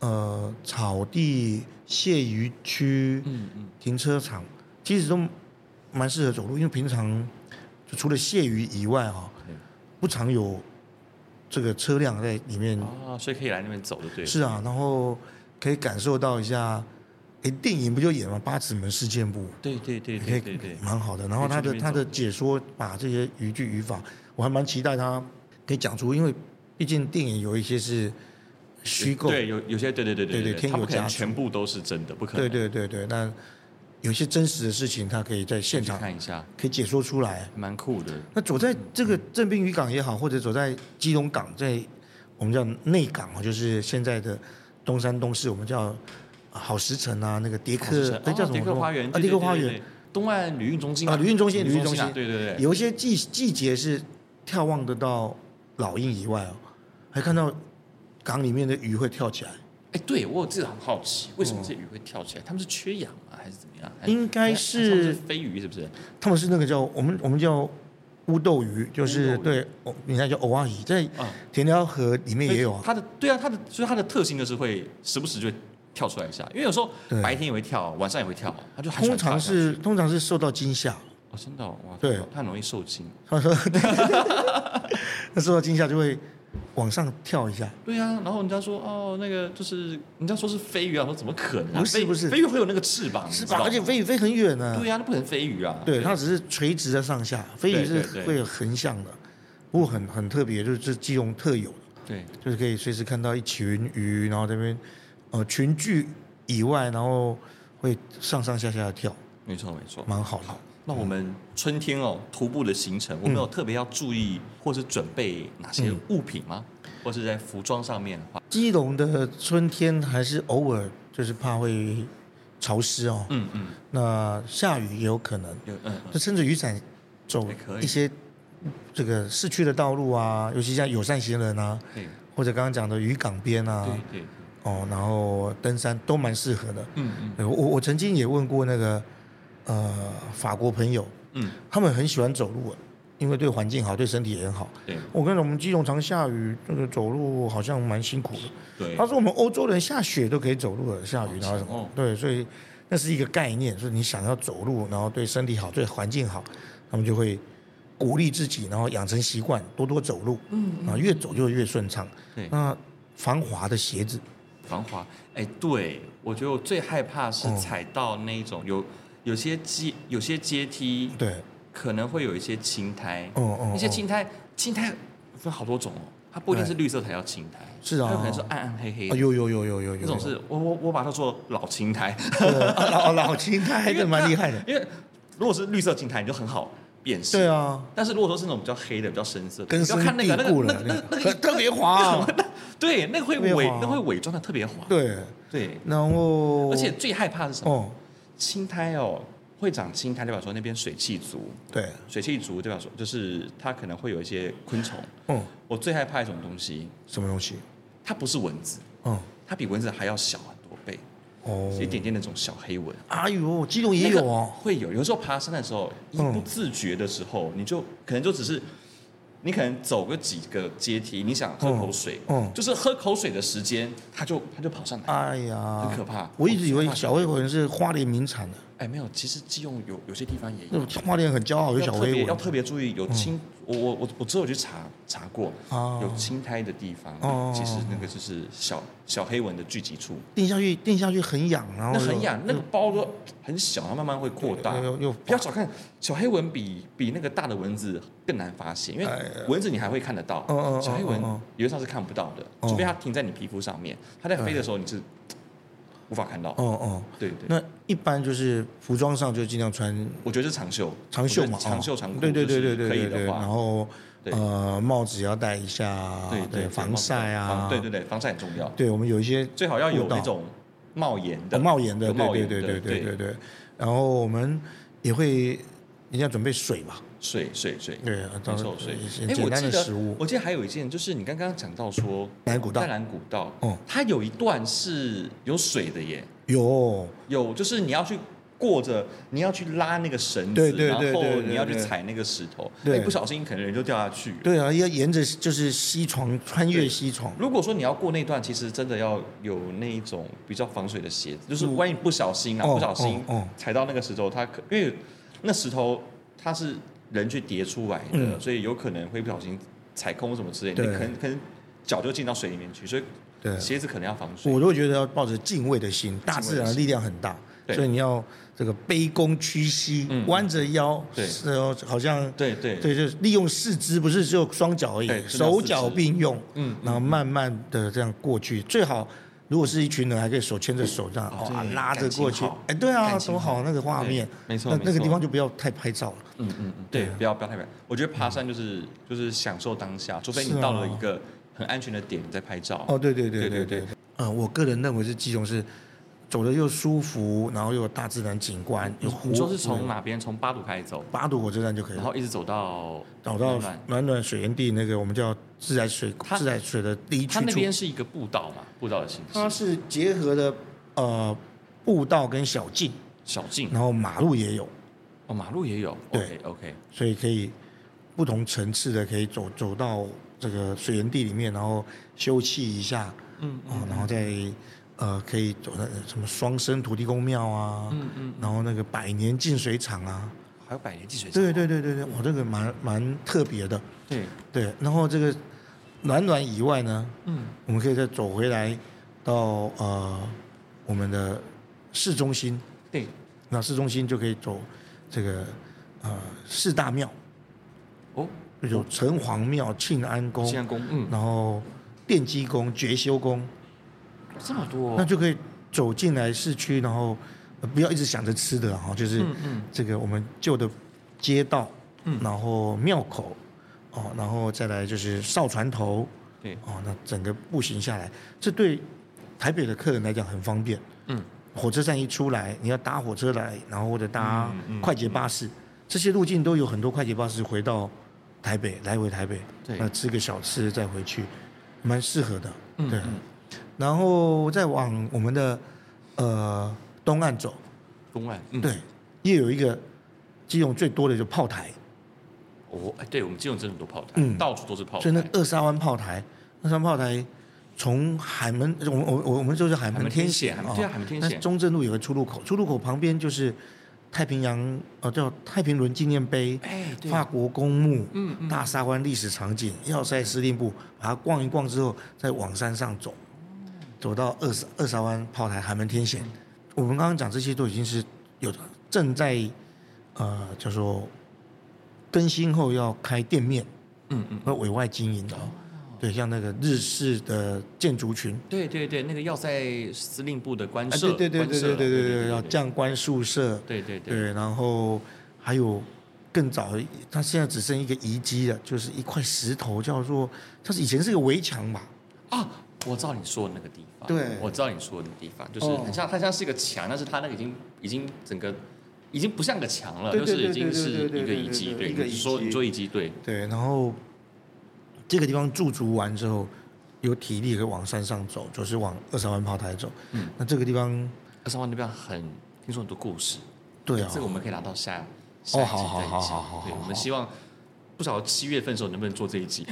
S2: 呃草地、蟹鱼区、
S1: 嗯嗯，
S2: 停车场，其实都蛮适合走路，因为平常就除了蟹鱼以外哈、哦。不常有这个车辆在里面。
S1: 啊，所以可以来那边走就对了。
S2: 是啊，然后可以感受到一下，诶，电影不就演了八尺门事件簿，
S1: 对对对
S2: 也
S1: 对
S2: 可
S1: 对
S2: 以
S1: 对，
S2: 蛮好的。然后他
S1: 可以
S2: 的
S1: 去那边
S2: 他的
S1: 走
S2: 解说把这些语句语法，我还蛮期待他可以讲出，因为毕竟电影有一些是虚构，
S1: 对，有有些对对对
S2: 对对
S1: 对
S2: 添
S1: 他不
S2: 油
S1: 可能
S2: 加醋
S1: 全部都是真的，不可能。
S2: 对对对对，那有些真实的事情，他可以在现
S1: 去
S2: 场
S1: 看一下，
S2: 可以解说出来。
S1: 蛮酷的。
S2: 那走在这
S1: 嗯
S2: 个正滨渔港也好，或者走在基隆港，在我们叫内港啊，就是现在的东山东市，我们叫好时辰啊，那个迪克，那、
S1: 哦
S2: 叫什么？
S1: 迪克花园
S2: 啊，迪克花，
S1: 对对对对
S2: 园
S1: 对东岸旅运中心
S2: 啊，旅运中心，
S1: 旅
S2: 旅运中
S1: 啊
S2: 心。
S1: 对对对，
S2: 有一些季季节是眺望得到老鹰以外哦，还看到港里面的鱼会跳起来，
S1: 哎，对我有自己很好奇，为什么这鱼会跳起来？他们是缺氧吗，还是怎么样？还
S2: 嗯应该
S1: 还
S2: 是
S1: 他们是飞鱼，是不是？
S2: 他们是那个叫我们我们叫乌豆鱼，就是
S1: 乌豆鱼
S2: 对，哦你看叫偶阿姨，在
S1: 啊，
S2: 田寮河里面也有啊，
S1: 它的对啊，它的所以它的特性就是会时不时就会跳出来一下，因为有时候
S2: 对
S1: 白天也会跳，晚上也会跳，它就很喜
S2: 通
S1: 欢跳
S2: 常
S1: 来跳去
S2: 是通常是受到惊吓。
S1: 哦，真的哦哇，
S2: 对
S1: 它很容易受惊。
S2: 他说，那受到惊吓就会往上跳一下。
S1: 对啊，然后人家说哦，那个就是人家说是飞鱼啊，我说怎么可能、啊？
S2: 不是
S1: 飞
S2: 不是
S1: 飞鱼会有那个翅膀，
S2: 是
S1: 你知道
S2: 吧？
S1: 吗
S2: 而且飞鱼飞很远呢、
S1: 对啊，那不可能飞鱼啊。
S2: 对，它只是垂直的上下，飞鱼是
S1: 对对对
S2: 会有横向的，不过很很特别，就是这基隆特有的，
S1: 对，
S2: 就是可以随时看到一群鱼，然后这边呃群聚以外，然后会上上下下的跳，
S1: 没错没错。
S2: 蛮好的。
S1: 那我们春天哦，徒步的行
S2: 嗯
S1: 程，我们有特别要注意或是准备哪些物品吗？
S2: 嗯
S1: 或是在服装上面的话，
S2: 基隆的春天还是偶尔就是怕会潮湿哦，
S1: 嗯嗯，
S2: 那下雨也有可能。
S1: 有嗯嗯
S2: 就撑着雨伞走
S1: 还可以
S2: 一些这个市区的道路啊，尤其像友善行人啊，
S1: 对
S2: 或者刚刚讲的渔港边啊，
S1: 对对，
S2: 哦，然后登山都蛮适合的。哎
S1: 嗯嗯
S2: 对我我曾经也问过那个呃法国朋友，
S1: 嗯，
S2: 他们很喜欢走路，啊因为对环境好，对身体也很好。
S1: 对
S2: 我跟我们基隆常下雨，这个走路好像蛮辛苦的。
S1: 对
S2: 他，说我们欧洲人下雪都可以走路了，下雨然后什么
S1: 哦？
S2: 对，所以那是一个概念，就是你想要走路，然后对身体好，对环境好，他们就会鼓励自己，然后养成习惯，多多走路，嗯，啊，越走就越顺畅。
S1: 对
S2: 那防滑的鞋子，
S1: 防滑。哎，对，我觉得我最害怕是
S2: 哦
S1: 踩到那一种有有些阶有些阶梯
S2: 对，
S1: 可能会有一些青苔，
S2: 哦哦，
S1: 那些
S2: 哦
S1: 青苔，青苔分好多种哦，它不一定是绿色才叫青苔，
S2: 是啊
S1: 它有可能是暗暗黑黑
S2: 啊，
S1: 的。
S2: 有有有有有有，
S1: 这种是我我我把它做老青苔，
S2: 呃啊 老老青苔，还真蛮厉害的。
S1: 因为如果是绿色青苔，你就很好辨识。
S2: 对啊，
S1: 但是如果说是那种比较黑的、比较深色的，
S2: 根
S1: 你不
S2: 深
S1: 要看那
S2: 蒂
S1: 个那
S2: 固
S1: 个
S2: 了
S1: 那，个那个那
S2: 很
S1: 个
S2: 特别滑啊。
S1: 对，那个会
S2: 特别
S1: 伪
S2: 滑
S1: 那会伪装的特别滑。
S2: 对，
S1: 对，
S2: 然后
S1: 而且最害怕的是什么？
S2: 哦，
S1: 青苔哦，会长青苔代表说那边水气足，
S2: 对，
S1: 水气足代表说就是它可能会有一些昆虫。
S2: 嗯，
S1: 我最害怕一种东西，
S2: 什么东西？
S1: 它不是蚊子，
S2: 嗯，
S1: 它比蚊子还要小很多倍，
S2: 哦
S1: 一，点点那种小黑蚊。
S2: 哎呦，基隆也有
S1: 那个
S2: 哦，
S1: 会有。有时候爬山的时候，一
S2: 嗯
S1: 不自觉的时候，你就可能就只是，你可能走个几个阶梯，你想喝口水，
S2: 嗯嗯
S1: 就是喝口水的时间，它就它就跑上来，
S2: 哎呀，
S1: 很可怕
S2: 我一直以为小黑蚊是花莲名产的，
S1: 哎，没有，其实基隆有有些地方也
S2: 那
S1: 有，
S2: 种花莲很骄嗯傲有
S1: 要
S2: 小
S1: 特别
S2: 黑
S1: 要
S2: 蚊
S1: 特别注意有青，我我我我之后去查查过，
S2: 啊
S1: 有青苔的地方，
S2: 哦
S1: 其实那个就是小小黑蚊的聚集处，
S2: 定下去，定下去很痒，然后
S1: 那
S2: 就
S1: 很痒，那个包都很小，它慢慢会扩大。
S2: 又又
S1: 不要小看小黑蚊比比那个大的蚊子更难发现，因为
S2: 哎
S1: 蚊子你还会看得到
S2: 嗯嗯，嗯
S1: 小黑蚊
S2: 嗯嗯
S1: 理论上是看不到的，
S2: 嗯
S1: 除非它停在你皮肤上面，它在飞的时候你是无法看到。
S2: 哦哦，
S1: 对对，
S2: 那一般就是服装上就尽量穿
S1: 我觉得是长袖，
S2: 长袖
S1: 我
S2: 嘛，
S1: 觉得长袖
S2: 哦
S1: 长裤，
S2: 对对对对
S1: 就
S2: 对
S1: 是可以
S2: 对对，
S1: 的
S2: 然
S1: 话，
S2: 后
S1: 对
S2: 呃帽子也要戴一下，
S1: 对对，
S2: 防晒啊，
S1: 防对对对，防晒很重要，
S2: 对，我们有一些
S1: 最好要有
S2: 步道哦
S1: 那种冒炎的
S2: 很冒炎的，
S1: 有
S2: 对
S1: 冒
S2: 对
S1: 炎
S2: 对
S1: 的
S2: 对
S1: 对
S2: 对对对，然后我们也会人家准备水嘛，
S1: 水水水。
S2: 对，
S1: 没
S2: 当然
S1: 错，水。
S2: 一些
S1: 哎，
S2: 简
S1: 我
S2: 单
S1: 记
S2: 的食
S1: 得
S2: 物，，
S1: 我记得还有一件，就是你刚刚讲到说
S2: 南古道
S1: 淡蓝古道，
S2: 哦
S1: 它有一段是有水的耶，
S2: 有
S1: 有就是你要去过着，你要去拉那个绳子，
S2: 对对对对
S1: 然
S2: 对
S1: 后
S2: 对
S1: 你要去踩那个石头，
S2: 对
S1: 一不小心可能人就掉下去。
S2: 对啊，要沿着就是西床穿越西床，
S1: 如果说你要过那段，其实真的要有那一种比较防水的鞋子，就是万一不小心啊，
S2: 哦
S1: 不小心
S2: 哦哦
S1: 踩到那个石头，它可因为那石头它是人去叠出来的，
S2: 嗯
S1: 所以有可能会不小心踩空什么之类的，
S2: 对
S1: 可能可能脚就进到水里面去，所以
S2: 对。
S1: 鞋子可能要防水
S2: 我。都觉得要抱着敬畏的心，大自然的力量很大，
S1: 对
S2: 所以你要这个卑躬屈膝，
S1: 嗯
S2: 弯着腰，
S1: 对
S2: 然后好像
S1: 对对
S2: 对，就是利用四肢，不是只有双脚而
S1: 对
S2: 已，
S1: 是要
S2: 手脚并用，
S1: 嗯
S2: 然后慢慢的这样过去，最好。如果是一群人，还可以手牵着手这样
S1: 哦
S2: 哦啊
S1: 对
S2: 拉着过去
S1: 感情好，
S2: 哎，对啊，
S1: 感情
S2: 多好那个画面，
S1: 对没错
S2: 那
S1: 没错
S2: 那个地方就不要太拍照了。
S1: 嗯嗯嗯，对，
S2: 对啊嗯
S1: 不要不要太远。我觉得爬山就是就是享受当下，除非
S2: 是
S1: 你
S2: 啊
S1: 到了一个很安全的点你再拍照。
S2: 哦，对对对
S1: 对
S2: 对
S1: 对
S2: 对，嗯，我个人认为是基隆是走的又舒服，然后又有大自然景观，有
S1: 你
S2: 湖，
S1: 你说是从哪边？从八堵开始走，
S2: 八度火车站就可以了
S1: 然。后一直走到
S2: 找到
S1: 暖暖
S2: 暖暖水源地那个我们叫自来水
S1: 它
S2: 自来水的第一
S1: 它
S2: 去
S1: 那
S2: 处，啊
S1: 边是一个步道嘛，步道的形
S2: 它
S1: 式，
S2: 是结合的呃步道跟小径，
S1: 小径
S2: 然后马路也有，
S1: 哦，马路也有。
S2: 对
S1: o k
S2: 所以可以不同层次的可以走走到这个水源地里面，然后休憩一下，
S1: 嗯
S2: 哦，然后再呃可以走到什么双生土地公庙啊，
S1: 嗯嗯，
S2: 然后那个百年净水厂啊，
S1: 还有百年积水
S2: 对对对对对，哇，这个蛮蛮特别的，
S1: 对，
S2: 对，然后这个暖暖以外呢，
S1: 嗯，
S2: 我们可以再走回来到呃我们的市中心，
S1: 对，
S2: 那市中心就可以走这个呃四大庙，
S1: 哦，
S2: 有城隍庙、庆安宫，
S1: 新安宫，嗯，
S2: 然后奠基宫、觉修宫，
S1: 这么多哦，
S2: 那就可以走进来市区，然后呃不要一直想着吃的啊，哈就是
S1: 嗯嗯
S2: 这个我们旧的街道，
S1: 嗯
S2: 然后庙口哦，然后再来就是哨船头，
S1: 对，
S2: 哦，那整个步行下来，这对台北的客人来讲很方便。
S1: 嗯，
S2: 火车站一出来，你要搭火车来，然后或者搭
S1: 嗯嗯
S2: 快捷巴士，这些路径都有很多快捷巴士回到台北，来回台北，
S1: 对
S2: 那吃个小吃再回去，蛮适合的。
S1: 嗯
S2: 对，啊
S1: 嗯
S2: 然后再往我们的呃东岸走，
S1: 东岸，嗯，
S2: 对，也有一个基隆最多的就炮台，
S1: 哦，哎，对我们基隆真的很多炮台，
S2: 嗯
S1: 到处都是炮台，
S2: 所以那个二沙湾炮台，二沙湾炮台从海门，我们我我我们就是海门天险
S1: 海
S2: 啊
S1: 门天险海门，对啊海门天
S2: 那
S1: 险
S2: 中正路有个出入口，出入口旁边就是太平洋呃叫太平轮纪念碑、
S1: 哎，对，
S2: 法国公墓、
S1: 嗯嗯，
S2: 大沙湾历史场景、要塞司令部，把它逛一逛之后，再往山上走，走到二沙二沙湾炮台、海门天险。我们刚刚讲这些都已经是有正在呃叫做更新后要开店面。
S1: 嗯嗯，
S2: 和委外经营的哦。对，像那个日式的建筑群，
S1: 对对对，那个要在司令部的官
S2: 啊，
S1: 舍，
S2: 对对对
S1: 官
S2: 对
S1: 舍
S2: 对对对对，要
S1: 对
S2: 将官宿舍，
S1: 对对对，
S2: 对，然后还有更早，它现在只剩一个遗迹了，就是一块石头，叫做它是以前是个围墙吧，
S1: 啊，我知道你说的那个地方，
S2: 对
S1: 我知道你说的那个地方，就是
S2: 哦
S1: 很像，它像是一个墙，但是它那个已经已经整个已经不像个墙了，
S2: 对
S1: 就
S2: 对
S1: 是已
S2: 对
S1: 经
S2: 对对
S1: 是
S2: 对对
S1: 一个
S2: 对
S1: 遗
S2: 对
S1: 迹，
S2: 对
S1: 对，
S2: 一个
S1: 你
S2: 遗
S1: 说
S2: 迹
S1: 你说遗迹，对，
S2: 对，然后这个地方驻足完之后，有体力可以往山上走，就是往二三万炮台走，
S1: 嗯
S2: 那这个地方，
S1: 二三湾那边很听说很多故事，
S2: 对啊，哦
S1: 这个我们可以拿到下下一集再
S2: 好好
S1: 讲
S2: 好好好
S1: 对，
S2: 好
S1: 我
S2: 好
S1: 们希望不晓得七月份的时候能不能做这一集。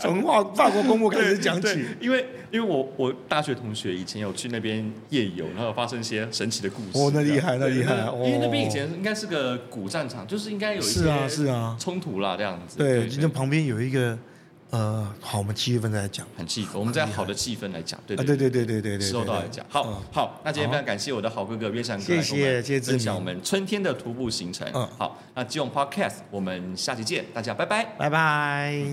S2: 从法法国公墓开始讲
S1: 对
S2: 起，，
S1: 因为因为我我大学同学以前有去那边夜游，然后有发生一些神奇的故事。
S2: 哦那厉害
S1: 这样
S2: 那厉害
S1: 对
S2: 哦
S1: 因为那边以前应该是个古战场，就是应该有一
S2: 是啊
S1: 些
S2: 是啊，
S1: 冲突啦这样子。
S2: 对，
S1: 对
S2: 那旁边有一个，呃，好，我们七月份再来讲。
S1: 很气氛，我们在好的气氛来讲，对
S2: 啊，
S1: 对
S2: 对对对对对对，
S1: 时候到来讲。好
S2: 嗯
S1: 好，那今天非常感谢我的好哥哥岳山哥，
S2: 谢谢
S1: 来跟我们
S2: 谢谢志
S1: 分享
S2: 明
S1: 我们春天的徒步行程
S2: 嗯。
S1: 好，那基隆 Podcast，我们下期见，大家拜拜。
S2: 拜拜。